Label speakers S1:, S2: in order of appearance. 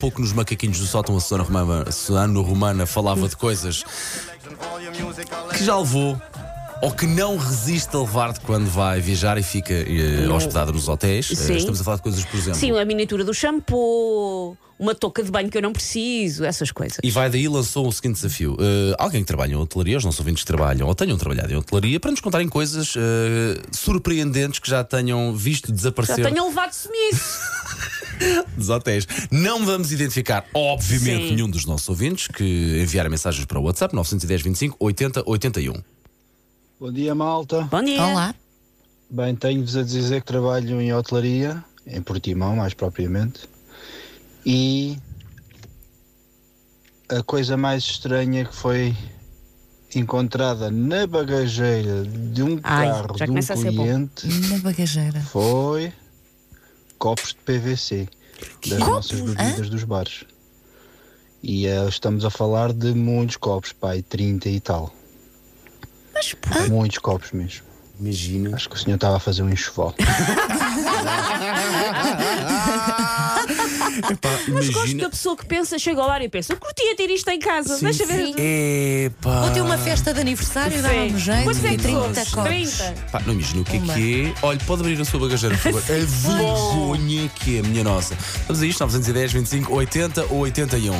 S1: pouco nos macaquinhos do sótão a Susana Romana, a Susana Romana falava de coisas que já levou ou que não resiste a levar-te quando vai viajar e fica eh, hospedada nos hotéis. Eh,
S2: Sim.
S1: estamos a falar de coisas, por exemplo.
S2: Sim, a miniatura do shampoo, uma touca de banho que eu não preciso, essas coisas.
S1: E vai daí lançou o seguinte desafio. Eh, alguém que trabalha em hotelaria, os nossos ouvintes que trabalham ou tenham trabalhado em hotelaria, para nos contarem coisas eh, surpreendentes que já tenham visto
S2: Já
S1: desaparecer
S2: tenho levado-se nisso.
S1: dos hotéis. Não vamos identificar, obviamente,
S2: Sim.
S1: nenhum dos nossos ouvintes que enviaram mensagens para o WhatsApp 910 25 80 81.
S3: Bom dia, malta.
S2: Bom dia.
S4: Olá.
S3: Bem, tenho-vos a dizer que trabalho em hotelaria, em Portimão, mais propriamente. E a coisa mais estranha que foi encontrada na bagageira de um
S2: Ai,
S3: carro
S2: já
S3: de um
S2: começa a ser bom.
S3: cliente
S4: Na bagageira.
S3: foi copos de PVC das
S4: Copos?
S3: nossas bebidas dos bares. E eh, estamos a falar de muitos copos, pai, 30 e tal.
S2: Mas
S3: Muitos copos mesmo.
S1: Imagina.
S3: Acho que o senhor estava a fazer um enxoval.
S1: Ah!
S2: Mas gosto da pessoa que pensa, chega ao lar e pensa, eu curtia ter isto em casa, deixa ver.
S1: Epá.
S4: Vou ter uma festa de aniversário,
S2: Sim.
S4: dava-me jeito.
S2: Quantos é que
S4: 30
S2: foste?
S4: copos.
S2: 30.
S1: Pá, não imagino o que
S4: Uma.
S1: é que é. Olha, pode abrir a sua bagageira, por favor. a vergonha que é, minha nossa. Vamos a isto, 910, 25, 80 ou 81.